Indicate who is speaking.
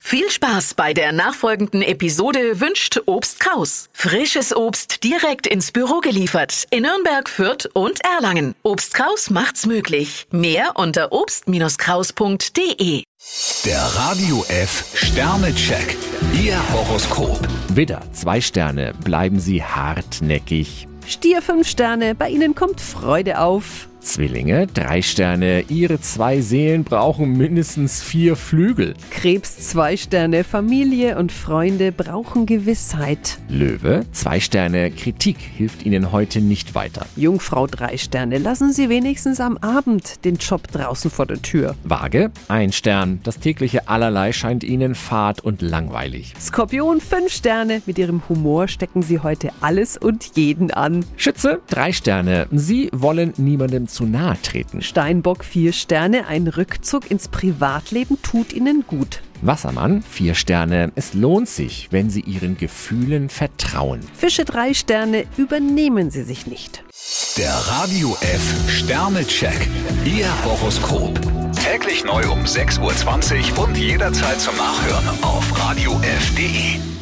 Speaker 1: Viel Spaß bei der nachfolgenden Episode wünscht Obst Kraus. Frisches Obst direkt ins Büro geliefert in Nürnberg, Fürth und Erlangen. Obst Kraus macht's möglich. Mehr unter obst-kraus.de.
Speaker 2: Der Radio F Sternecheck. Ihr Horoskop.
Speaker 3: Widder, zwei Sterne, bleiben Sie hartnäckig.
Speaker 4: Stier 5 Sterne, bei Ihnen kommt Freude auf.
Speaker 3: Zwillinge, drei Sterne, Ihre zwei Seelen brauchen mindestens vier Flügel.
Speaker 4: Krebs 2 Sterne, Familie und Freunde brauchen Gewissheit.
Speaker 3: Löwe, zwei Sterne, Kritik hilft Ihnen heute nicht weiter.
Speaker 4: Jungfrau 3 Sterne, lassen Sie wenigstens am Abend den Job draußen vor der Tür.
Speaker 3: Waage, ein Stern, das tägliche Allerlei scheint Ihnen fad und langweilig.
Speaker 4: Skorpion 5 Sterne, mit Ihrem Humor stecken Sie heute alles und jeden an.
Speaker 3: Schütze, drei Sterne, Sie wollen niemandem zu nahe treten.
Speaker 4: Steinbock 4 Sterne, ein Rückzug ins Privatleben tut Ihnen gut.
Speaker 3: Wassermann, vier Sterne, es lohnt sich, wenn Sie Ihren Gefühlen vertrauen.
Speaker 4: Fische 3 Sterne, übernehmen Sie sich nicht.
Speaker 2: Der Radio F Sternecheck. Ihr Horoskop. Täglich neu um 6.20 Uhr und jederzeit zum Nachhören auf Radio radiof.de.